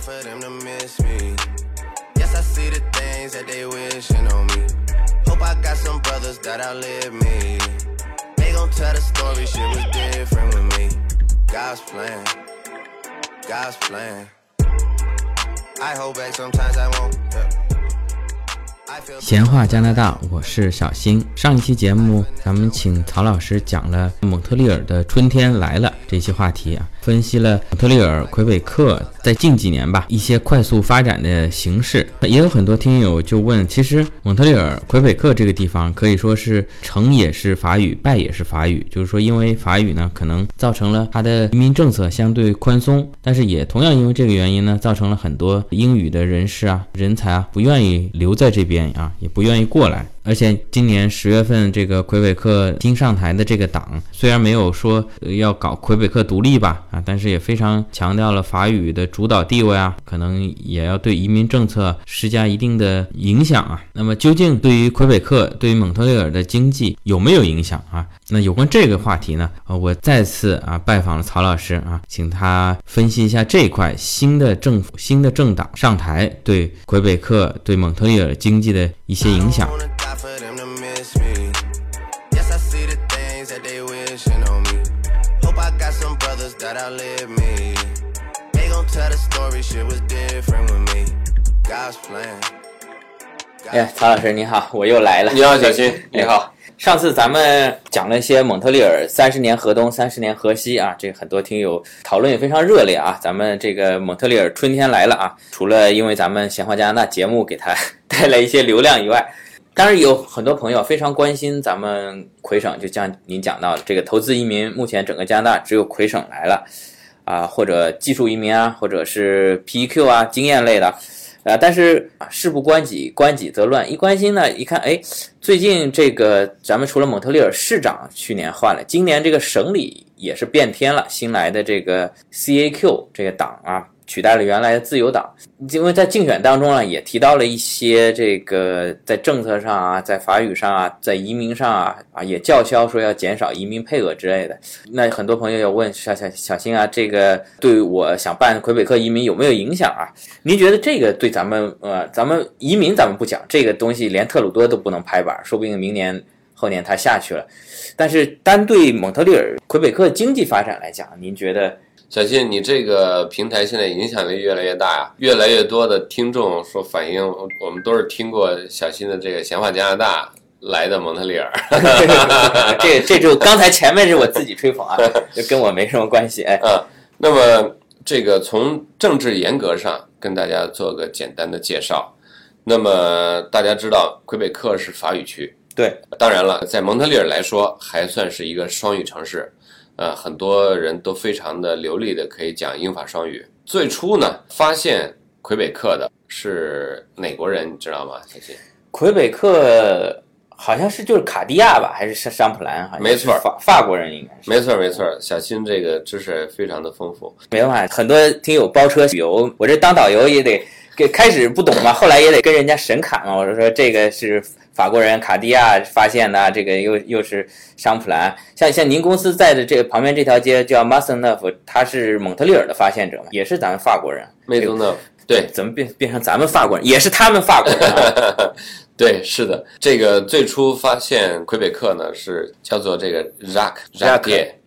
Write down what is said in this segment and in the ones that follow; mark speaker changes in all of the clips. Speaker 1: for them to miss me. Yes, I see the things that they wishing on me. Hope I got some brothers that outlive me. They gon' tell the story, shit was different with me. God's plan, God's plan. I hold back sometimes I won't. yeah. I feel
Speaker 2: 闲话加拿大，我是小新。上一期节目，咱们请曹老师讲了蒙特利尔的春天来了这些话题啊，分析了蒙特利尔魁北克在近几年吧一些快速发展的形势。也有很多听友就问，其实蒙特利尔魁北克这个地方可以说是成也是法语，败也是法语，就是说因为法语呢可能造成了它的移民政策相对宽松，但是也同样因为这个原因呢，造成了很多英语的人士啊、人才啊不愿意留在这边啊，也不愿意过来。而且今年十月份，这个魁北克新上台的这个党，虽然没有说、呃要搞魁北克独立吧，啊，但是也非常强调了法语的主导地位啊，可能也要对移民政策施加一定的影响啊。那么究竟对于魁北克、对于蒙特利尔的经济有没有影响啊？那有关这个话题呢，呃，我再次啊拜访了曹老师啊，请他分析一下这一块新的政府、新的政党上台对魁北克、对蒙特利尔经济的一些影响
Speaker 1: I。wanna die for them to miss me. Yes, I see the things that they wishing on me. Hope I got some brothers that outlive me. They gon' tell the story, shit was different with me. God's plan.
Speaker 2: 哎，曹老师你好，我又来了。哎
Speaker 3: 你好，小新，你好。
Speaker 2: 上次咱们讲了一些蒙特利尔三十年河东、三十年河西啊，这很多听友讨论也非常热烈啊。咱们这个蒙特利尔春天来了啊，除了因为咱们闲话加拿大节目给它 带来一些流量以外，当然有很多朋友非常关心咱们魁省，就像您讲到的，这个投资移民目前整个加拿大只有魁省来了啊，或者技术移民啊，或者是 PEQ 啊，经验类的。啊，但是啊，事不关己，关己则乱。一关心呢，一看，哎，最近这个咱们除了蒙特利尔市长去年换了，今年这个省里也是变天了，新来的这个 CAQ 这个党啊，取代了原来的自由党。因为在竞选当中呢，也提到了一些这个在政策上啊，在法语上啊，在移民上啊，啊也叫嚣说要减少移民配额之类的。那很多朋友要问小小小新啊，这个对我想办魁北克移民有没有影响啊？您觉得这个对咱们呃，咱们移民咱们不讲，这个东西连特鲁多都不能拍板，说不定明年后年他下去了。但是单对蒙特利尔、魁北克经济发展来讲，您觉得
Speaker 3: 小新，你这个平台现在影响力越来越大呀、越来越多的听众说反映，我们都是听过小新的这个《闲话加拿大》来的蒙特利尔。
Speaker 2: 这这就刚才前面是我自己吹捧啊，就跟我没什么关系。哎，
Speaker 3: 啊，那么这个从政治严格上跟大家做个简单的介绍。那么大家知道，魁北克是法语区，
Speaker 2: 对，
Speaker 3: 当然了，在蒙特利尔来说，还算是一个双语城市，呃，很多人都非常的流利的可以讲英法双语。最初呢，发现魁北克的是哪国人，你知道吗？小新，
Speaker 2: 魁北克好像是就是卡地亚吧，还是商普兰？好像是
Speaker 3: 没错儿
Speaker 2: 法法国人应该是。
Speaker 3: 没错没错，小新这个知识非常的丰富。
Speaker 2: 没办法，很多听友包车旅游，我这当导游也得给开始不懂嘛，后来也得跟人家神侃嘛。我就说这个是法国人卡地亚发现的，啊这个又又是商普兰，像像您公司在的这个旁边这条街叫 m a s o n e f 他是蒙特利尔的发现者嘛，也是咱们法国人。
Speaker 3: 魅族呢？ 对，
Speaker 2: 怎么变变成咱们法国人，也是他们法国人、 啊？
Speaker 3: 对，是的，这个最初发现魁北克呢是叫做这个 Jacques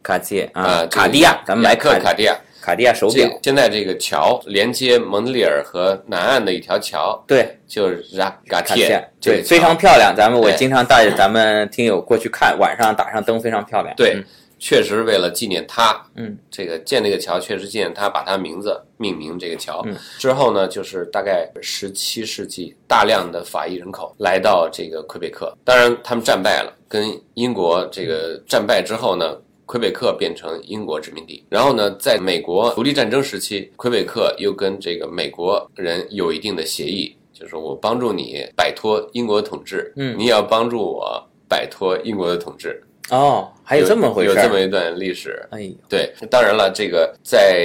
Speaker 2: 卡地亚
Speaker 3: 啊
Speaker 2: 啊，，卡地亚，咱们买
Speaker 3: 克
Speaker 2: 卡
Speaker 3: 卡地亚
Speaker 2: 卡地亚手
Speaker 3: 这
Speaker 2: 表，
Speaker 3: 现在这个桥连接蒙特利尔和南岸的一条桥，
Speaker 2: 对，
Speaker 3: 就是扎嘎
Speaker 2: 卡地亚
Speaker 3: 铁，这
Speaker 2: 对，
Speaker 3: 个桥
Speaker 2: 非常漂亮。咱们我
Speaker 3: 对
Speaker 2: 经常带着咱们听友过去看，晚上打上灯非常漂亮。
Speaker 3: 对
Speaker 2: 嗯，
Speaker 3: 确实为了纪念他，
Speaker 2: 嗯，
Speaker 3: 这个建这个桥确实纪念他，把他名字命名这个桥。
Speaker 2: 嗯
Speaker 3: 之后呢，就是大概十七世纪，大量的法裔人口来到这个魁北克，当然他们战败了，跟英国这个战败之后
Speaker 2: 嗯
Speaker 3: 呢。魁北克变成英国殖民地，然后呢，在美国独立战争时期，魁北克又跟这个美国人有一定的协议，就是我帮助你摆脱英国统治，
Speaker 2: 嗯
Speaker 3: 你也要帮助我摆脱英国的统治，
Speaker 2: 哦，还有这么回事
Speaker 3: 有
Speaker 2: 儿，
Speaker 3: 这么一段历史。
Speaker 2: 哎呦，
Speaker 3: 对，当然了，这个在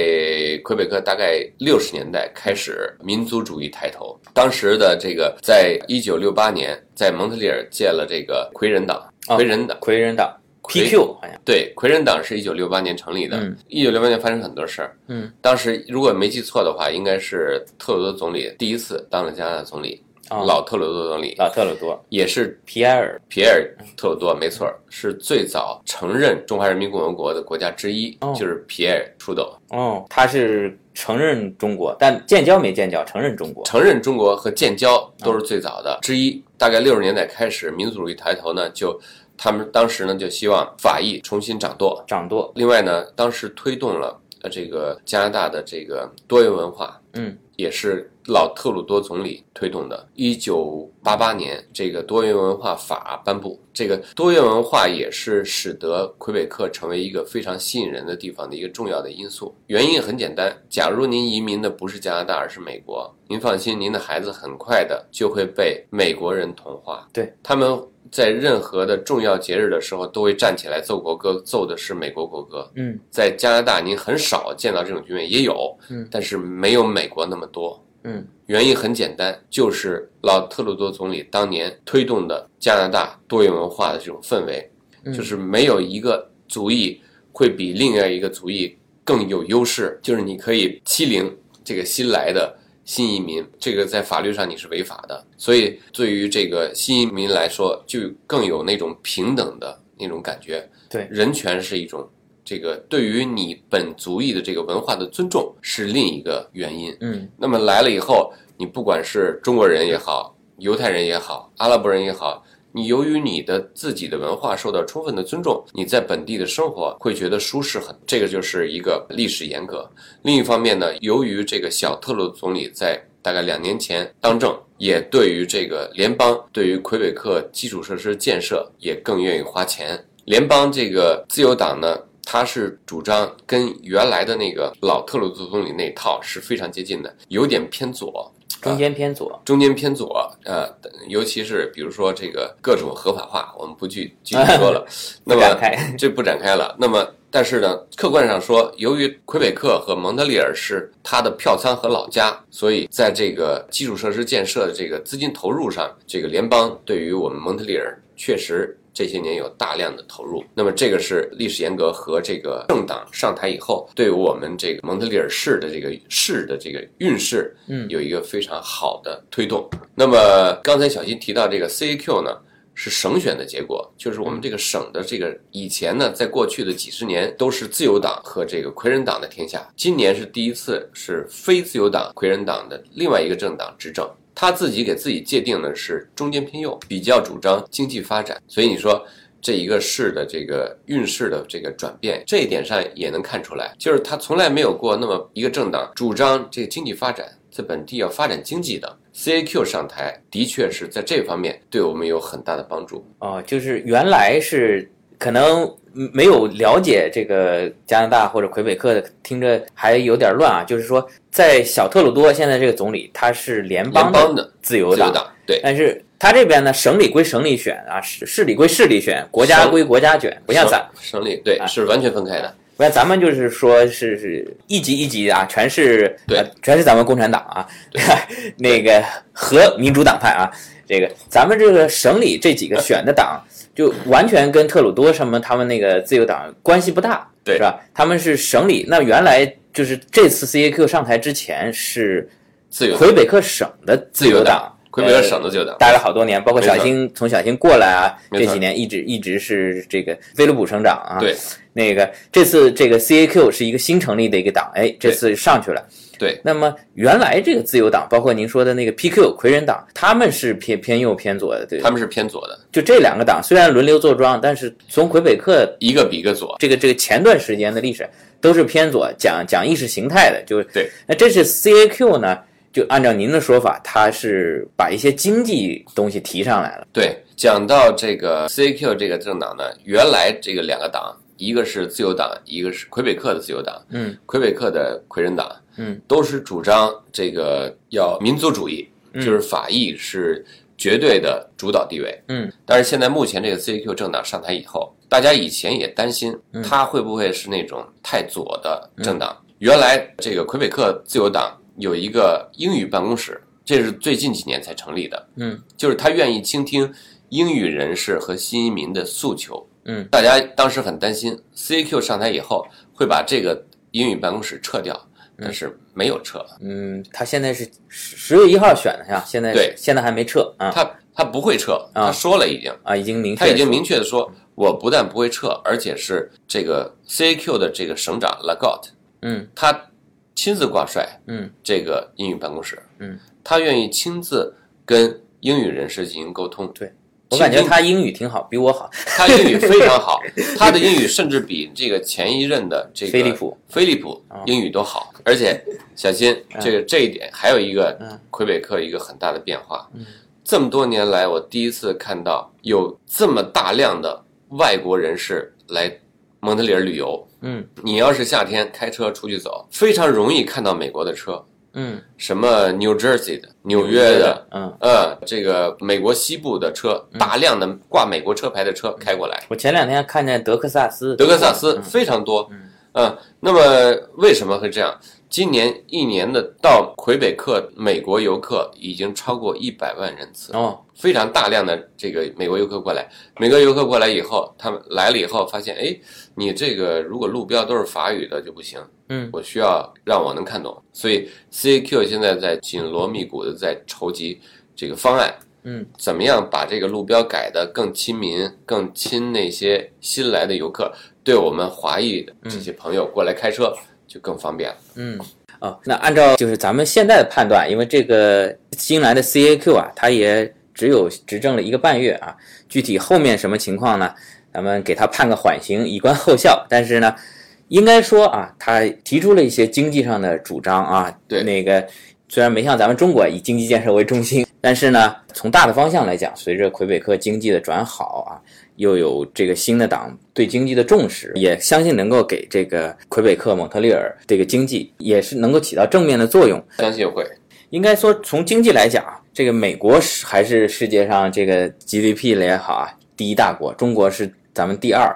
Speaker 3: 魁北克大概六十年代开始民族主义抬头，当时的这个在一九六八年在蒙特利尔建了这个魁人党，
Speaker 2: 哦
Speaker 3: 魁人党。
Speaker 2: 魁人党
Speaker 3: 魁
Speaker 2: PQ 好像
Speaker 3: 对，魁人党是一九六八年成立的
Speaker 2: 嗯。
Speaker 3: 一九六八年发生很多事儿。
Speaker 2: 嗯，
Speaker 3: 当时如果没记错的话，应该是特鲁多总理第一次当了加拿大总理，
Speaker 2: 啊
Speaker 3: 老特鲁多总理
Speaker 2: 老特鲁多
Speaker 3: 也是
Speaker 2: 皮埃尔
Speaker 3: 皮埃尔·特鲁多，没错儿，是最早承认中华人民共和国的国家之一，
Speaker 2: 哦
Speaker 3: 就是皮埃尔出走，
Speaker 2: 哦，他是承认中国，但建交没建交，承认中国。
Speaker 3: 承认中国和建交都是最早的之一。大概六十年代开始，民族主义抬头呢，就他们当时呢就希望法裔重新掌舵。
Speaker 2: 掌舵，
Speaker 3: 另外呢，当时推动了呃这个加拿大的这个多元文化，
Speaker 2: 嗯，
Speaker 3: 也是老特鲁多总理推动的。一九八八年，这个多元文化法颁布，这个多元文化也是使得魁北克成为一个非常吸引人的地方的一个重要的因素。原因也很简单，假如您移民的不是加拿大，而是美国，您放心，您的孩子很快的就会被美国人同化。
Speaker 2: 对
Speaker 3: 他们。在任何的重要节日的时候，都会站起来奏国歌，奏的是美国国歌。
Speaker 2: 嗯，
Speaker 3: 在加拿大，您很少见到这种局面，也有，
Speaker 2: 嗯
Speaker 3: 但是没有美国那么多。
Speaker 2: 嗯，
Speaker 3: 原因很简单，就是老特鲁多总理当年推动的加拿大多元文化的这种氛围，
Speaker 2: 嗯
Speaker 3: 就是没有一个族裔会比另外一个族裔更有优势，就是你可以欺凌这个新来的新移民，这个在法律上你是违法的。所以对于这个新移民来说，就更有那种平等的那种感觉。
Speaker 2: 对
Speaker 3: 人权是一种。这个对于你本族裔的这个文化的尊重是另一个原因，
Speaker 2: 嗯
Speaker 3: 那么来了以后，你不管是中国人也好，犹太人也好，阿拉伯人也好，你由于你的自己的文化受到充分的尊重，你在本地的生活会觉得舒适很，这个就是一个历史严格。另一方面呢，由于这个小特鲁总理在大概两年前当政，也对于这个联邦对于魁北克基础设施建设也更愿意花钱。联邦这个自由党呢，它是主张跟原来的那个老特鲁多总理那套是非常接近的，有点偏左，
Speaker 2: 中间偏左，
Speaker 3: 中间偏左，呃，尤其是比如说这个各种合法化，我们不去具体说了，那
Speaker 2: 不
Speaker 3: 么
Speaker 2: 展开。
Speaker 3: 这不展开了。那么，但是呢，客观上说，由于魁北克和蒙特利尔是它的票仓和老家，所以在这个基础设施建设的这个资金投入上，这个联邦对于我们蒙特利尔确实。这些年有大量的投入，那么这个是历史沿革和这个政党上台以后，对我们这个蒙特利尔市的这个市的这个运势，
Speaker 2: 嗯
Speaker 3: 有一个非常好的推动。那么刚才小新提到这个 CAQ 呢，是省选的结果，就是我们这个省的这个以前呢，在过去的几十年都是自由党和这个魁人党的天下，今年是第一次是非自由党魁人党的另外一个政党执政。他自己给自己界定的是中间偏右，比较主张经济发展，所以你说这一个市的这个运势的这个转变，这一点上也能看出来，就是他从来没有过那么一个政党主张这个经济发展，在本地要发展经济的。CAQ 上台的确是在这方面对我们有很大的帮助。
Speaker 2: 哦，就是原来是可能没有了解这个加拿大或者魁北克的，听着还有点乱啊。就是说，在小特鲁多现在这个总理，他是联邦
Speaker 3: 联邦的
Speaker 2: 自由
Speaker 3: 自由
Speaker 2: 党，
Speaker 3: 党对，
Speaker 2: 但是他这边呢，省里归省里选啊，市市里归市里选，国家
Speaker 3: 省
Speaker 2: 归国家卷，不像咱
Speaker 3: 省省里对
Speaker 2: 啊
Speaker 3: 是完全分开的。
Speaker 2: 不然咱们就是说是是一级一级啊，全是
Speaker 3: 对
Speaker 2: 呃全是咱们共产党啊， 那个和民主党派啊，这个咱们这个省里这几个选的党，就完全跟特鲁多什么他们那个自由党关系不大，
Speaker 3: 对
Speaker 2: 是吧？他们是省里，那原来就是这次 CAQ 上台之前是
Speaker 3: 自由党
Speaker 2: 魁北克省的自由党，
Speaker 3: 魁北克
Speaker 2: 呃
Speaker 3: 省的自由党，
Speaker 2: 待了好多年，包括
Speaker 3: 没错
Speaker 2: 小新从小新过来啊，
Speaker 3: 没
Speaker 2: 这
Speaker 3: 错
Speaker 2: 几年一直一直是这个菲利普省长啊，
Speaker 3: 对
Speaker 2: 那个这次这个 CAQ 是一个新成立的一个党，哎，这次上去了。
Speaker 3: 对
Speaker 2: 那么原来这个自由党，包括您说的那个 PQ 魁人党，他们是偏偏右偏左的，对
Speaker 3: 他。们是偏左的，
Speaker 2: 就这两个党虽然轮流坐庄，但是从魁北克
Speaker 3: 一个比一个左。
Speaker 2: 这个这个前段时间的历史都是偏左，讲讲意识形态的，就是
Speaker 3: 对。
Speaker 2: 那这是 CAQ 呢？就按照您的说法，它是把一些经济东西提上来了，
Speaker 3: 对，讲到这个 CAQ 这个政党呢，原来这个两个党，一个是自由党，一个是魁北克的自由党，
Speaker 2: 嗯，
Speaker 3: 魁北克的魁人党，
Speaker 2: 嗯，
Speaker 3: 都是主张这个要民族主义，
Speaker 2: 嗯
Speaker 3: 就是法裔是绝对的主导地位，
Speaker 2: 嗯，
Speaker 3: 但是现在目前这个 CAQ 政党上台以后，大家以前也担心
Speaker 2: 嗯
Speaker 3: 它会不会是那种太左的政党。原来这个魁北克自由党有一个英语办公室，这是最近几年才成立的。
Speaker 2: 嗯，
Speaker 3: 就是他愿意倾听英语人士和新移民的诉求。
Speaker 2: 嗯，
Speaker 3: 大家当时很担心 CAQ 上台以后会把这个英语办公室撤掉，但是没有撤，
Speaker 2: 嗯，他现在是十十月一号选的是吧？现在
Speaker 3: 对
Speaker 2: 现在还没撤啊
Speaker 3: 他他不会撤，
Speaker 2: 啊
Speaker 3: 他说了已经，
Speaker 2: 啊，已经明确
Speaker 3: 他已经
Speaker 2: 说嗯
Speaker 3: 明确的说，我不但不会撤，而且是这个 CAQ 的这个省长 Lagot，
Speaker 2: 嗯
Speaker 3: 他亲自挂帅
Speaker 2: 嗯
Speaker 3: 这个英语办公室，
Speaker 2: 嗯，
Speaker 3: 他愿意亲自跟英语人士进行沟通，
Speaker 2: 对我感觉
Speaker 3: 请
Speaker 2: 他英语挺好，比我好。
Speaker 3: 他英语非常 好，他的英语甚至比这个前一任的这个
Speaker 2: 菲利普哦
Speaker 3: 菲利普英语都好。而且小新，这个这一点还有一个
Speaker 2: 嗯
Speaker 3: 魁北克一个很大的变化。这么多年来，我第一次看到有这么大量的外国人士来蒙特利尔旅游。
Speaker 2: 嗯
Speaker 3: 你要是夏天开车出去走，非常容易看到美国的车，
Speaker 2: 嗯，
Speaker 3: 什么 New Jersey 的、纽约的，
Speaker 2: 嗯，
Speaker 3: 呃，这个美国西部的车，大量的挂美国车牌的车开过来。
Speaker 2: 我前两天看见德克萨斯，
Speaker 3: 德克萨斯非常多。
Speaker 2: 嗯
Speaker 3: 呃那么为什么会这样？今年一年的到魁北克美国游客已经超过一百万人次，
Speaker 2: 哦，
Speaker 3: 非常大量的这个美国游客过来。美国游客过来以后，他们来了以后发现，哎，你这个如果路标都是法语的就不行，
Speaker 2: 嗯
Speaker 3: 我需要让我能看懂。所以 CAQ 现在在紧锣密鼓的在筹集这个方案，
Speaker 2: 嗯，
Speaker 3: 怎么样把这个路标改得更亲民、更亲那些新来的游客，对我们华裔的这些朋友过来开车就更方便了。
Speaker 2: 嗯。哦，那按照就是咱们现在的判断，因为这个新来的 CAQ 啊，他也只有执政了一个半月啊，具体后面什么情况呢？咱们给他判个缓刑，以观后效。但是呢，应该说啊，他提出了一些经济上的主张啊，
Speaker 3: 对
Speaker 2: 那个虽然没像咱们中国以经济建设为中心，但是呢，从大的方向来讲，随着魁北克经济的转好啊，又有这个新的党对经济的重视，也相信能够给这个魁北克蒙特利尔这个经济也是能够起到正面的作用。
Speaker 3: 相信会，
Speaker 2: 应该说，从经济来讲啊，这个美国是还是世界上这个 GDP 来也好啊，第一大国，中国是咱们第二。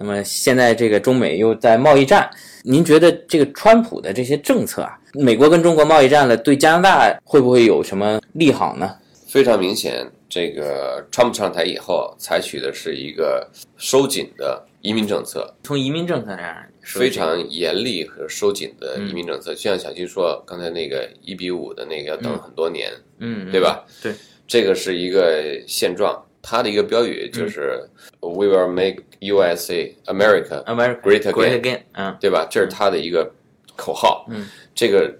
Speaker 2: 那么现在这个中美又在贸易战，您觉得这个川普的这些政策啊，美国跟中国贸易战了，对加拿大会不会有什么利好呢？
Speaker 3: 非常明显，这个川普上台以后采取的是一个收紧的移民政策，
Speaker 2: 从移民政策上说
Speaker 3: 非常严厉和收紧的移
Speaker 2: 嗯
Speaker 3: 民政策。就像小新说，刚才那个一比五的那个要等很多年，
Speaker 2: 嗯，
Speaker 3: 对吧？
Speaker 2: 对，
Speaker 3: 这个是一个现状。它的一个标语就是、“We
Speaker 2: 嗯
Speaker 3: will make USA America
Speaker 2: ？America
Speaker 3: Great again
Speaker 2: 啊 Great again，嗯
Speaker 3: 对吧？这是他的一个口号。
Speaker 2: 嗯，
Speaker 3: 这个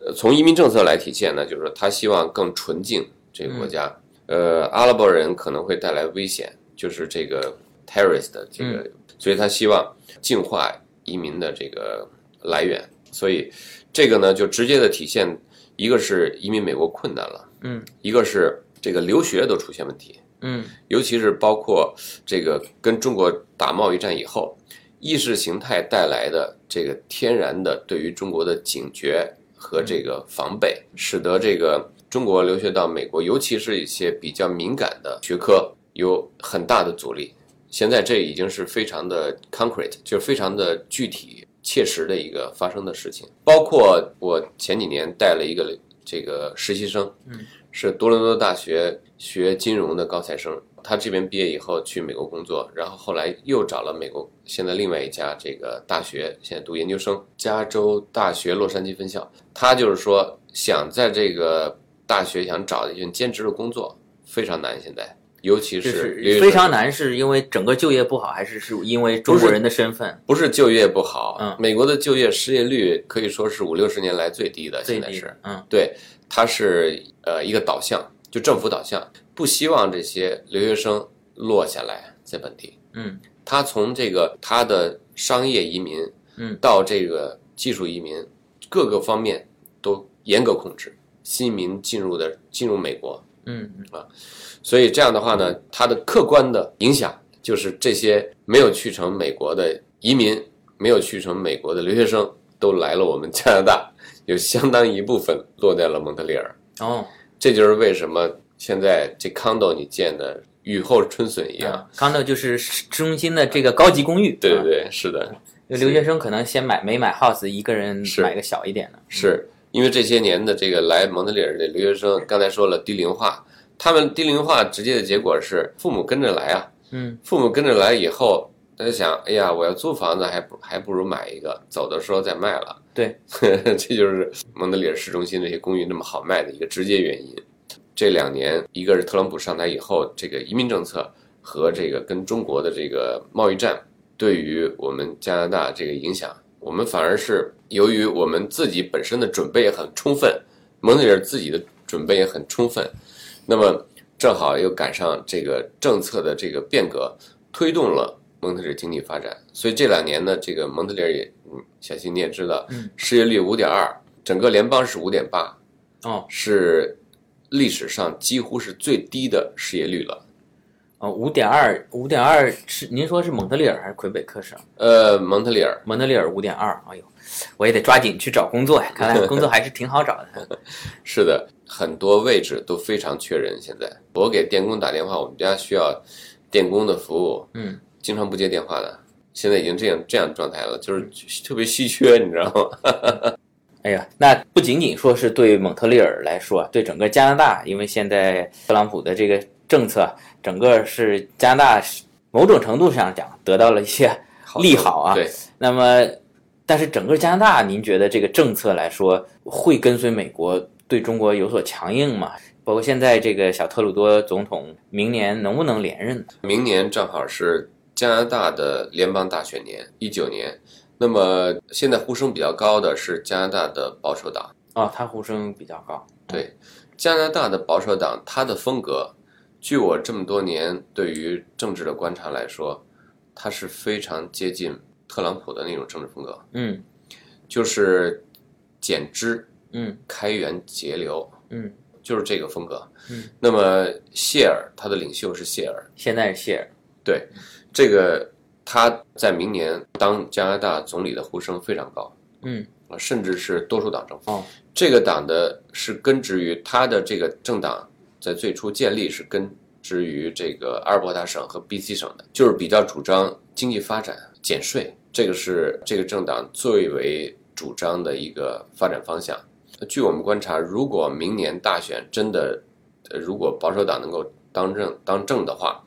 Speaker 3: 呃从移民政策来体现呢，就是说他希望更纯净这个国家。
Speaker 2: 嗯
Speaker 3: 呃，阿拉伯人可能会带来危险，就是这个 terrorist 的这个，
Speaker 2: 嗯
Speaker 3: 所以他希望净化移民的这个来源。所以这个呢，就直接的体现，一个是移民美国困难了，
Speaker 2: 嗯，
Speaker 3: 一个是这个留学都出现问题。
Speaker 2: 嗯
Speaker 3: 尤其是包括这个跟中国打贸易战以后，意识形态带来的这个天然的对于中国的警觉和这个防备，使得这个中国留学到美国，尤其是一些比较敏感的学科，有很大的阻力。现在这已经是非常的 concrete，就是非常的具体、切实的一个发生的事情。包括我前几年带了一个这个实习生，
Speaker 2: 嗯
Speaker 3: 是多伦多大学学金融的高材生，他这边毕业以后去美国工作，然后后来又找了美国现在另外一家这个大学，现在读研究生，加州大学洛杉矶分校。他就是说想在这个大学想找一份兼职的工作非常难，现在尤其
Speaker 2: 就是是非常难，是因为整个就业不好，还是是因为中
Speaker 3: 不
Speaker 2: 国
Speaker 3: 是
Speaker 2: 人的身份？
Speaker 3: 不是就业不好，
Speaker 2: 嗯
Speaker 3: 美国的就业失业率可以说是五六十年来最低的，
Speaker 2: 最
Speaker 3: 现在
Speaker 2: 低
Speaker 3: 是。
Speaker 2: 的，嗯
Speaker 3: 对，它是呃一个导向，就政府导向，不希望这些留学生落下来在本地。
Speaker 2: 嗯
Speaker 3: 他从这个他的商业移民，
Speaker 2: 嗯
Speaker 3: 到这个技术移民，各个方面都严格控制新移民进入的进入美国，
Speaker 2: 嗯嗯
Speaker 3: 所以这样的话呢，它的客观的影响就是这些没有去成美国的移民，没有去成美国的留学生，都来了我们加拿大， 有相当一部分落在了蒙特利尔。
Speaker 2: 哦。
Speaker 3: 这就是为什么现在这 condo 你建的雨后春笋一样。
Speaker 2: 啊，康乐就是市中心的这个高级公寓。
Speaker 3: 对
Speaker 2: 啊
Speaker 3: 对，对，是的，
Speaker 2: 有留学生可能先买没买 house，一个人
Speaker 3: 是
Speaker 2: 买个小一点的。
Speaker 3: 是因为这些年的这个来蒙特利尔的留学生，刚才说了低龄化，他们低龄化直接的结果是父母跟着来啊，
Speaker 2: 嗯
Speaker 3: 父母跟着来以后，他就想，哎呀，我要租房子，还不还不如买一个，走的时候再卖了。
Speaker 2: 对，
Speaker 3: 这就是蒙德里尔市中心这些公寓那么好卖的一个直接原因。这两年，一个是特朗普上台以后，这个移民政策和这个跟中国的这个贸易战对于我们加拿大这个影响，我们反而是由于我们自己本身的准备也很充分，蒙特利尔自己的准备也很充分，那么正好又赶上这个政策的这个变革，推动了蒙特利尔经济发展。所以这两年呢，这个蒙特利尔也，嗯，小新你也知道
Speaker 2: 嗯，
Speaker 3: 失业率五点二，整个联邦是五点八，
Speaker 2: 哦
Speaker 3: 是历史上几乎是最低的失业率了。
Speaker 2: 哦，五点二五点二是您说是蒙特利尔还是魁北克省？
Speaker 3: 呃，蒙特利尔，
Speaker 2: 蒙特利尔五点二，哎呦，我也得抓紧去找工作呀！看来工作还是挺好找的。
Speaker 3: 是的，很多位置都非常缺人。现在我给电工打电话，我们家需要电工的服务，
Speaker 2: 嗯，
Speaker 3: 经常不接电话的。现在已经这样这样状态了，就是
Speaker 2: 嗯
Speaker 3: 特别稀缺，你知道吗？
Speaker 2: 哎呀，那不仅仅说是对蒙特利尔来说，啊对整个加拿大，因为现在特朗普的这个政策，啊整个是加拿大是某种程度上讲得到了一些利好啊。
Speaker 3: 对，
Speaker 2: 那么，但是整个加拿大，您觉得这个政策来说，会跟随美国对中国有所强硬吗？包括现在这个小特鲁多总统明年能不能连任呢？
Speaker 3: 明年正好是加拿大的联邦大选年，一九年。那么现在呼声比较高的是加拿大的保守党。
Speaker 2: 哦，他呼声比较高。
Speaker 3: 对，加拿大的保守党，它的风格，据我这么多年对于政治的观察来说，它是非常接近特朗普的那种政治风格，
Speaker 2: 嗯
Speaker 3: 就是减支、
Speaker 2: 嗯
Speaker 3: 开源节流，
Speaker 2: 嗯，
Speaker 3: 就是这个风格。
Speaker 2: 嗯，
Speaker 3: 那么谢尔，他的领袖是谢尔，
Speaker 2: 现在是谢尔。
Speaker 3: 对，这个他在明年当加拿大总理的呼声非常高。
Speaker 2: 嗯
Speaker 3: 啊，甚至是多数党政府。
Speaker 2: 哦
Speaker 3: 这个党的是根植于他的这个政党在最初建立是根植于这个阿尔伯塔省和 BC 省的，就是比较主张经济发展、减税，这个是这个政党最为主张的一个发展方向。据我们观察，如果明年大选真的，呃如果保守党能够当政当政的话，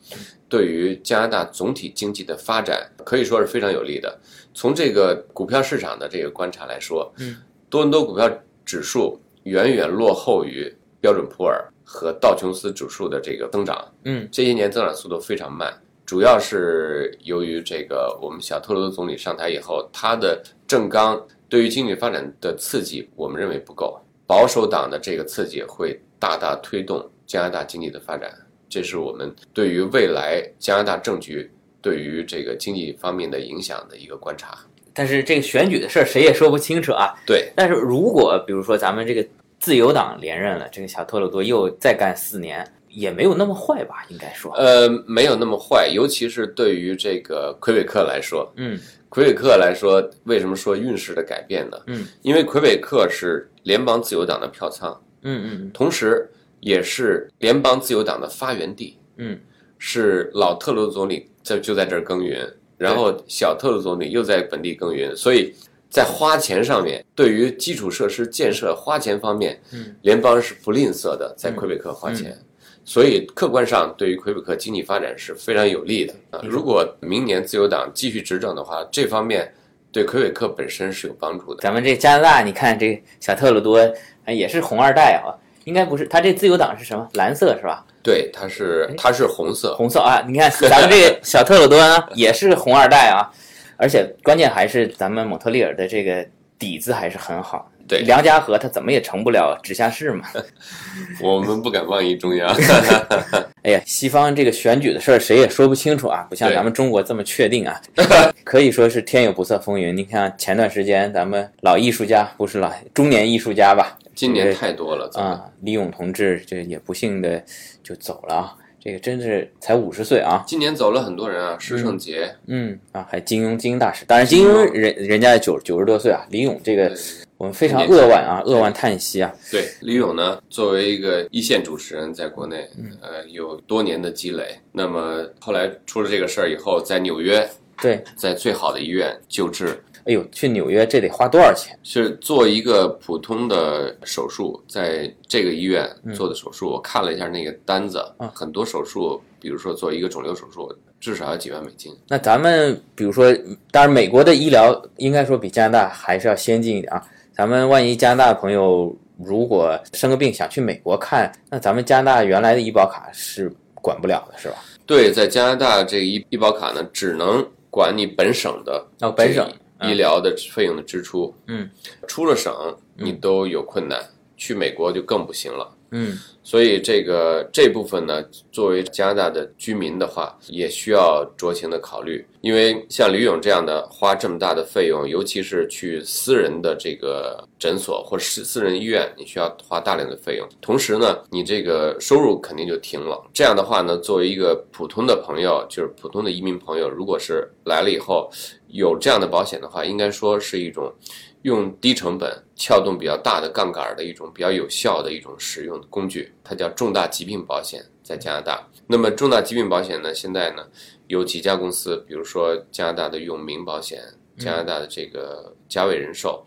Speaker 3: 对于加拿大总体经济的发展可以说是非常有利的。从这个股票市场的这个观察来说，
Speaker 2: 嗯，
Speaker 3: 多伦多股票指数远远落后于标准普尔和道琼斯指数的这个增长，
Speaker 2: 嗯
Speaker 3: 这些年增长速度非常慢，主要是由于这个我们小特鲁多总理上台以后，他的政纲对于经济发展的刺激，我们认为不够，保守党的这个刺激会大大推动加拿大经济的发展，这是我们对于未来加拿大政局对于这个经济方面的影响的一个观察。
Speaker 2: 但是这个选举的事儿谁也说不清楚啊。
Speaker 3: 对，
Speaker 2: 但是如果比如说咱们这个自由党连任了，这个小特鲁多又再干四年，也没有那么坏吧？应该说，
Speaker 3: 呃，没有那么坏，尤其是对于这个魁北克来说，
Speaker 2: 嗯
Speaker 3: 魁北克来说，为什么说运势的改变呢？
Speaker 2: 嗯，
Speaker 3: 因为魁北克是联邦自由党的票仓，
Speaker 2: 嗯嗯
Speaker 3: 同时也是联邦自由党的发源地，
Speaker 2: 嗯
Speaker 3: 是老特鲁多总理在就在这儿耕耘，然后小特鲁多总理又在本地耕耘，所以在花钱上面，对于基础设施建设花钱方面，
Speaker 2: 嗯
Speaker 3: 联邦是不吝啬的在魁北克花钱。所以客观上对于魁北克经济发展是非常有利的啊！
Speaker 2: 嗯
Speaker 3: 如果明年自由党继续执政的话，这方面对魁北克本身是有帮助的。
Speaker 2: 咱们这加拿大，你看这小特鲁多哎也是红二代啊，应该不是他这自由党是什么蓝色是吧？
Speaker 3: 对，它是它是红色，
Speaker 2: 红色啊！你看咱们这个小特鲁多 呢，也是红二代啊，而且关键还是咱们蒙特利尔的这个底子还是很好。
Speaker 3: 对
Speaker 2: 梁家河他怎么也成不了直辖市嘛。
Speaker 3: 我们不敢妄议 中央。
Speaker 2: 哎呀，西方这个选举的事儿谁也说不清楚啊，不像
Speaker 3: 对
Speaker 2: 咱们中国这么确定 啊，可以说是天有不测风云。你看前段时间咱们老艺术家，不是老中年艺术家吧，
Speaker 3: 今年太多了，怎么
Speaker 2: 啊，李勇同志这也不幸的就走了啊，这个真是才五十岁啊，
Speaker 3: 今年走了很多人啊，施圣杰，
Speaker 2: 嗯啊，还金庸金庸大师，当然金庸人人家九九十多岁啊，李勇这个
Speaker 3: 对
Speaker 2: 我们非常扼腕啊，扼腕叹息啊，
Speaker 3: 对，李勇呢，作为一个一线主持人，在国内，呃，有多年的积累。那么后来出了这个事儿以后，在纽约，
Speaker 2: 对，
Speaker 3: 在最好的医院救治，
Speaker 2: 哎呦，去纽约这得花多少钱？
Speaker 3: 是做一个普通的手术，在这个医院做的手术，我看了一下那个单子，很多手术，比如说做一个肿瘤手术，至少要几万美金。
Speaker 2: 那咱们比如说，当然美国的医疗应该说比加拿大还是要先进一点啊。咱们万一加拿大朋友如果生个病想去美国看，那咱们加拿大原来的医保卡是管不了的，是吧？
Speaker 3: 对，在加拿大这个医医保卡呢，只能管你本省的
Speaker 2: 哦本省
Speaker 3: 这个医医疗的费用的支出，
Speaker 2: 嗯，
Speaker 3: 出了省你都有困难，去美国就更不行了。
Speaker 2: 嗯，
Speaker 3: 所以这个这部分呢，作为加拿大的居民的话，也需要酌情的考虑，因为像吕勇这样的花这么大的费用，尤其是去私人的这个诊所或是私人医院，你需要花大量的费用。同时呢，你这个收入肯定就停了。这样的话呢，作为一个普通的朋友，就是普通的移民朋友，如果是来了以后有这样的保险的话，应该说是一种用低成本撬动比较大的杠杆儿的一种比较有效的一种使用的工具，它叫重大疾病保险，在加拿大。那么重大疾病保险呢，现在呢有几家公司，比如说加拿大的永明保险、加拿
Speaker 2: 嗯
Speaker 3: 大的这个嘉伟人寿，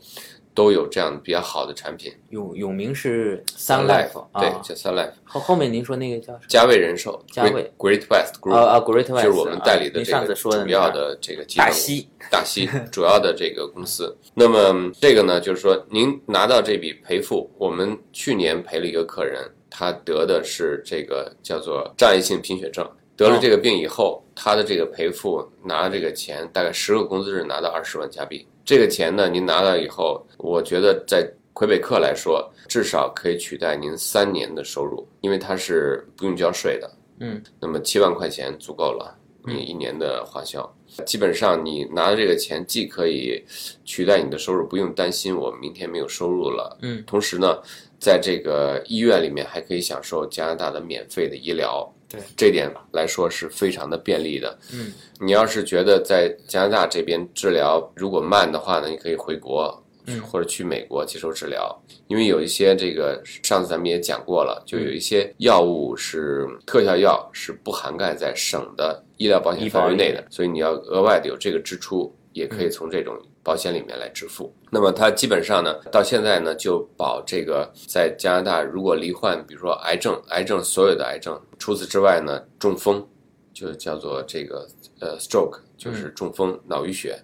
Speaker 3: 都有这样比较好的产品。
Speaker 2: 永永明是 Sun Life，啊
Speaker 3: 对，叫 Sun Life，
Speaker 2: 后后面您说那个叫什么？
Speaker 3: 嘉伟人寿，
Speaker 2: 嘉伟
Speaker 3: Great Great West Group，
Speaker 2: 啊啊，Great West，
Speaker 3: 就是我们代理
Speaker 2: 啊
Speaker 3: 的
Speaker 2: 您
Speaker 3: 这
Speaker 2: 上次
Speaker 3: 个
Speaker 2: 说的那
Speaker 3: 主要
Speaker 2: 家
Speaker 3: 的这个集团
Speaker 2: 大
Speaker 3: 公司
Speaker 2: 西，
Speaker 3: 大西主要的这个公司。那么这个呢，就是说您拿到这笔赔付，我们去年赔了一个客人，他得的是这个叫做障碍性贫血症。得了这个病以后，他的这个赔付拿这个钱，大概十个工作日拿到二十万加币。这个钱呢，您拿到以后，我觉得在魁北克来说，至少可以取代您三年的收入，因为它是不用交税的。
Speaker 2: 嗯，
Speaker 3: 那么七万块钱足够了，你一年的花销。基本上你拿着这个钱，既可以取代你的收入，不用担心我明天没有收入了。
Speaker 2: 嗯，
Speaker 3: 同时呢，在这个医院里面还可以享受加拿大的免费的医疗。
Speaker 2: 对，
Speaker 3: 这点来说是非常的便利的。
Speaker 2: 嗯，
Speaker 3: 你要是觉得在加拿大这边治疗如果慢的话呢，你可以回国。
Speaker 2: 嗯
Speaker 3: 或者去美国接受治疗，因为有一些这个上次咱们也讲过了，就有一些药物是特效药是不涵盖在省的医疗保险范围内的，所以你要额外的有这个支出，也可以从这种保险里面来支付。那么它基本上呢，到现在呢就保这个在加拿大如果罹患，比如说癌症，癌症所有的癌症，除此之外呢，中风就叫做这个呃 stroke，就是中风、脑淤血，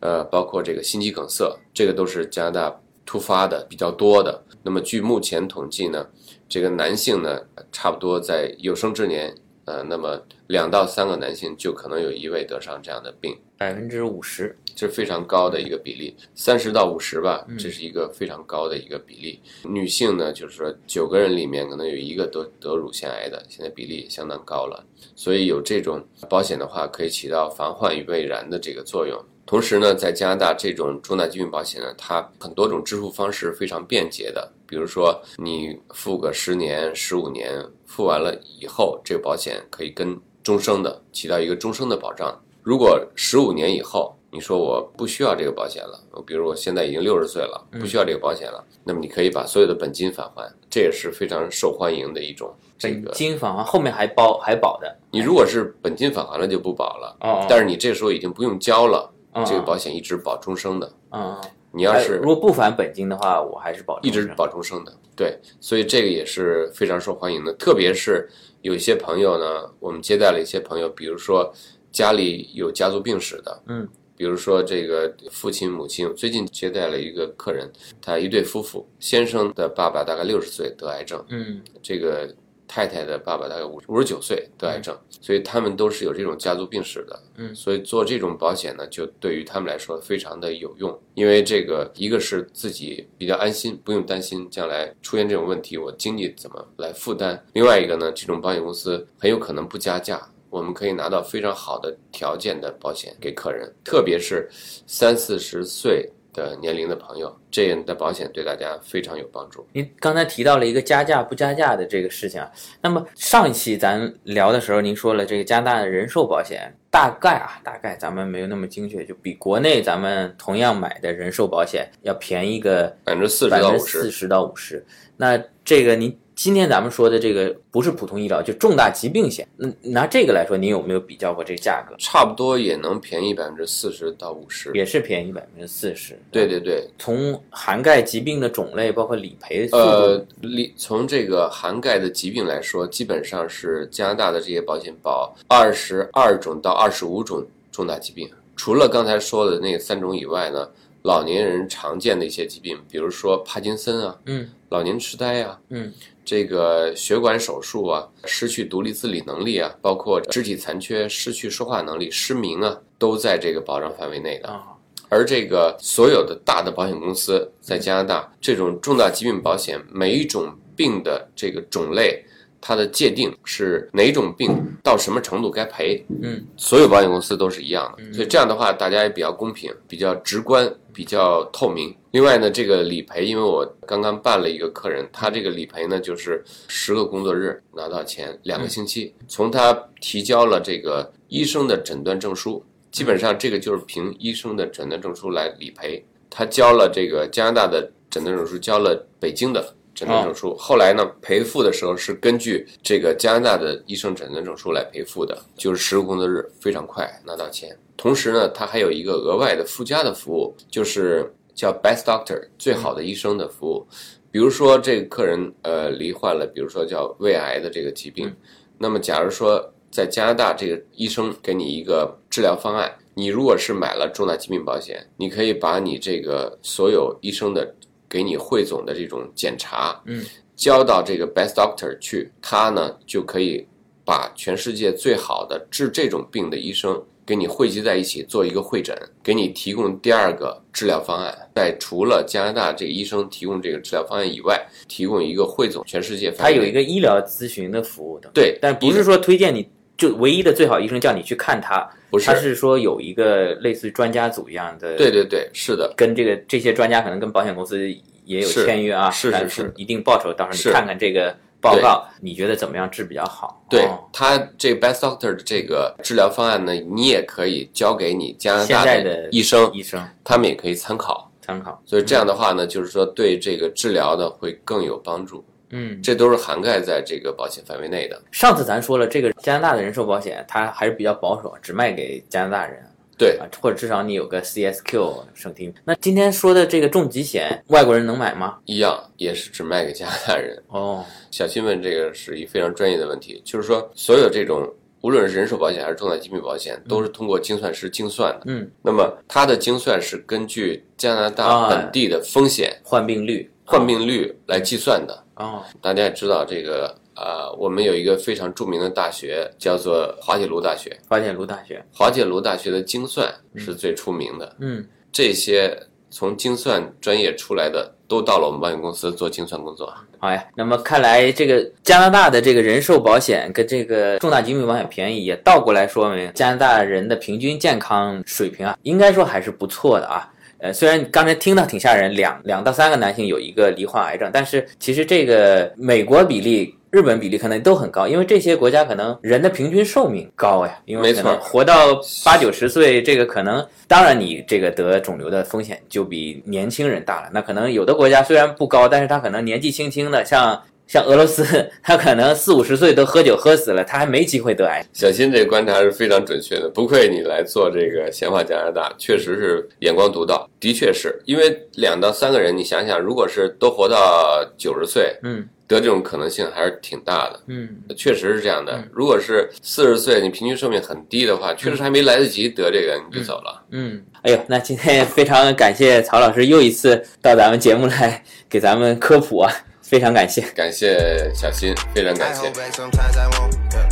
Speaker 3: 呃，包括这个心肌梗塞，这个都是加拿大突发的比较多的。那么据目前统计呢，这个男性呢，差不多在有生之年，呃，那么两到三个男性就可能有一位得上这样的病，
Speaker 2: 百分之五十。
Speaker 3: 这是非常高的一个比例，三十到五十吧，这是一个非常高的一个比例。女性呢，就是说九个人里面可能有一个得得乳腺癌的，现在比例也相当高了。所以有这种保险的话，可以起到防患于未然的这个作用。同时呢，在加拿大这种重大疾病保险呢，它很多种支付方式非常便捷的，比如说你付个十年、十五年，付完了以后，这个保险可以跟终生的，起到一个终生的保障。如果十五年以后，你说我不需要这个保险了，我比如我现在已经六十岁了，
Speaker 2: 嗯
Speaker 3: 不需要这个保险了，那么你可以把所有的本金返还，这也是非常受欢迎的一种这
Speaker 2: 本
Speaker 3: 个
Speaker 2: 金返还后面还包还保的，
Speaker 3: 你如果是本金返还了就不保了，
Speaker 2: 哦
Speaker 3: 但是你这时候已经不用交了，
Speaker 2: 哦
Speaker 3: 这个保险一直保终生的。
Speaker 2: 嗯，
Speaker 3: 你要
Speaker 2: 哎
Speaker 3: 是
Speaker 2: 如果不返本金的话，我还是保
Speaker 3: 一
Speaker 2: 终
Speaker 3: 直
Speaker 2: 身
Speaker 3: 保终生的，对，所以这个也是非常受欢迎的。特别是有一些朋友呢，我们接待了一些朋友，比如说家里有家族病史的，
Speaker 2: 嗯，
Speaker 3: 比如说这个父亲母亲。最近接待了一个客人，他一对夫妇，先生的爸爸大概六十岁得癌症，
Speaker 2: 嗯
Speaker 3: 这个太太的爸爸大概五五十九岁得癌症，所以他们都是有这种家族病史的。
Speaker 2: 嗯
Speaker 3: 所以做这种保险呢，就对于他们来说非常的有用，因为这个一个是自己比较安心，不用担心将来出现这种问题我经济怎么来负担；另外一个呢，这种保险公司很有可能不加价。我们可以拿到非常好的条件的保险给客人，特别是三四十岁的年龄的朋友，这样的保险对大家非常有帮助。
Speaker 2: 您刚才提到了一个加价不加价的这个事情啊，那么上一期咱聊的时候，您说了这个加拿大的人寿保险大概啊，大概咱们没有那么精确，就比国内咱们同样买的人寿保险要便宜个
Speaker 3: 百分之四十
Speaker 2: 百
Speaker 3: 到
Speaker 2: 分之
Speaker 3: 五十
Speaker 2: 四十到五十。那这个您今天咱们说的这个不是普通医疗，就重大疾病险。嗯，拿这个来说，您有没有比较过这个价格？
Speaker 3: 差不多也能便宜百分之四十到五十。
Speaker 2: 也是便宜百分之四十。
Speaker 3: 对对对，
Speaker 2: 从涵盖疾病的种类，包括理赔速度，
Speaker 3: 呃，理从这个涵盖的疾病来说，基本上是加拿大的这些保险保二十二种到二十五种重大疾病，除了刚才说的那三种以外呢，老年人常见的一些疾病，比如说帕金森啊，
Speaker 2: 嗯
Speaker 3: 老年痴呆啊，
Speaker 2: 嗯，
Speaker 3: 这个血管手术啊，失去独立自理能力啊，包括肢体残缺、失去说话能力、失明啊，都在这个保障范围内的。
Speaker 2: 啊，
Speaker 3: 而这个所有的大的保险公司在加拿大，这种重大疾病保险每一种病的这个种类，它的界定是哪种病到什么程度该赔，
Speaker 2: 嗯，
Speaker 3: 所有保险公司都是一样的。所以这样的话，大家也比较公平、比较直观、比较透明。另外呢，这个理赔，因为我刚刚办了一个客人，他这个理赔呢就是十个工作日拿到钱，两个星期，从他提交了这个医生的诊断证书，基本上这个就是凭医生的诊断证书来理赔。他交了这个加拿大的诊断证书，交了北京的诊断证书。后来呢，赔付的时候是根据这个加拿大的医生诊断证书来赔付的，就是十个工作日，非常快拿到钱。同时呢，它还有一个额外的附加的服务，就是叫 Best Doctor 最好的医生的服务。比如说这个客人呃罹患了，比如说叫胃癌的这个疾病，那么假如说在加拿大这个医生给你一个治疗方案，你如果是买了重大疾病保险，你可以把你这个所有医生的给你汇总的这种检查，
Speaker 2: 嗯，
Speaker 3: 交到这个 Best Doctor 去，他呢就可以把全世界最好的治这种病的医生给你汇集在一起做一个会诊，给你提供第二个治疗方案。在除了加拿大这个医生提供这个治疗方案以外，提供一个汇总全世界范
Speaker 2: 它
Speaker 3: 围。
Speaker 2: 有一个医疗咨询的服务的，
Speaker 3: 对，
Speaker 2: 但不是说推荐你就唯一的最好医生叫你去看他，
Speaker 3: 不是
Speaker 2: 他是说有一个类似于专家组一样的，
Speaker 3: 对对对，是的，
Speaker 2: 跟这个这些专家可能跟保险公司也有
Speaker 3: 是
Speaker 2: 签约啊，
Speaker 3: 是是
Speaker 2: 但
Speaker 3: 是
Speaker 2: 一定报酬，到时候
Speaker 3: 是
Speaker 2: 你看看这个报告，你觉得怎么样治比较好？
Speaker 3: 对
Speaker 2: 哦
Speaker 3: 他这 Best Doctor 的这个治疗方案呢，你也可以交给你加拿大
Speaker 2: 现在的
Speaker 3: 医生，
Speaker 2: 医生
Speaker 3: 他们也可以参考。
Speaker 2: 参考，
Speaker 3: 所以这样的话呢，就是说对这个治疗呢会更有帮助。
Speaker 2: 嗯。
Speaker 3: 这都是涵盖在这个保险范围内的。
Speaker 2: 上次咱说了，这个加拿大的人寿保险它还是比较保守，只卖给加拿大人
Speaker 3: 对，
Speaker 2: 啊，或者至少你有个 CSQ 省厅。那今天说的这个重疾险，外国人能买吗？
Speaker 3: 一样也是只卖给加拿大人。
Speaker 2: 哦，
Speaker 3: 小新问这个是一非常专业的问题，就是说所有这种无论是人寿保险还是重大疾病保险，都是通过精算师精算的。
Speaker 2: 嗯，
Speaker 3: 那么它的精算是根据加拿
Speaker 2: 啊
Speaker 3: 大本地的风险、
Speaker 2: 患病率
Speaker 3: 患病率来计算的。
Speaker 2: 哦，
Speaker 3: 大家也知道这个。啊、我们有一个非常著名的大学，叫做滑铁卢大学。
Speaker 2: 发现卢大学，
Speaker 3: 滑铁卢大学的精算是最出名的，
Speaker 2: 嗯，
Speaker 3: 这些从精算专业出来的，都到了我们保险公司做精算工作。
Speaker 2: 好呀。那么看来这个加拿大的这个人寿保险跟这个重大疾病保险便宜，也倒过来说明加拿大人的平均健康水平啊，应该说还是不错的啊。呃，虽然刚才听到挺吓人，两两到三个男性有一个罹患癌症，但是其实这个美国比例、日本比例可能都很高，因为这些国家可能人的平均寿命高呀，因为
Speaker 3: 没错
Speaker 2: 可能活到八九十岁，这个可能当然你这个得肿瘤的风险就比年轻人大了。那可能有的国家虽然不高，但是他可能年纪轻轻的，像像俄罗斯， 他可能四五十岁都喝酒喝死了，他还没机会得癌。
Speaker 3: 小新这观察是非常准确的，不愧你来做这个闲话加拿大，确实是眼光独到。的确是因为两到三个人，你想想，如果是都活到九十岁，
Speaker 2: 嗯
Speaker 3: 得这种可能性还是挺大的。
Speaker 2: 嗯，
Speaker 3: 确实是这样的。如果是四十岁，你平均寿命很低的话，确实还没来得及得这个，你就走了。
Speaker 2: 嗯，哎呦，那今天也非常感谢曹老师又一次到咱们节目来给咱们科普啊，非常感谢。
Speaker 3: 感谢小新，非常
Speaker 1: I
Speaker 3: 感谢
Speaker 1: hold。back sometimes I won't. Yeah.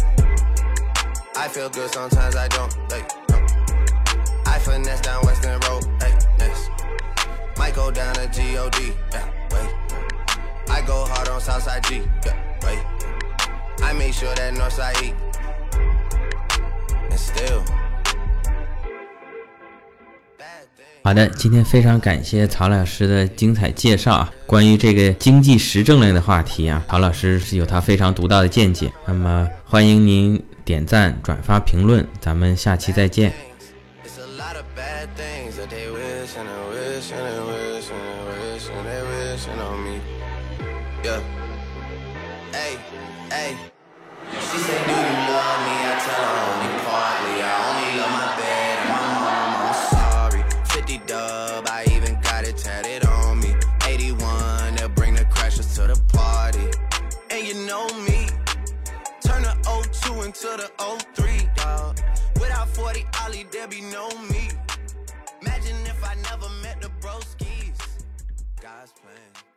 Speaker 1: I feel good sometimes I don't. Like, no. I finesse down Western Road. Like, next. Might go down to G.O.D. Yeah, wait. I go hard on Southside G. Yeah, wait. I make sure that Northside E. And still. Bad thing.
Speaker 2: 好的，今天非常感谢曹老师的精彩介绍啊，关于这个经济时政类的话题啊，曹老师是有他非常独到的见解。那么欢迎您点赞、转发、评论，咱们下期再见。
Speaker 1: things. It's a lot of bad things that they wish and they wish and they wish and they wish and they wishing on me. Yeah. Hey, hey. She said, Do you love me? I tell her only partly. I only love my bed and my mom. I'm sorry. 50 dub, I even got it tatted on me. 81, they'll bring the crashers to the party. And you know me. Turn the 02 into the 03, dog. Without 40 Ollie, there be no me. Imagine if I never met the broskies. God's plan.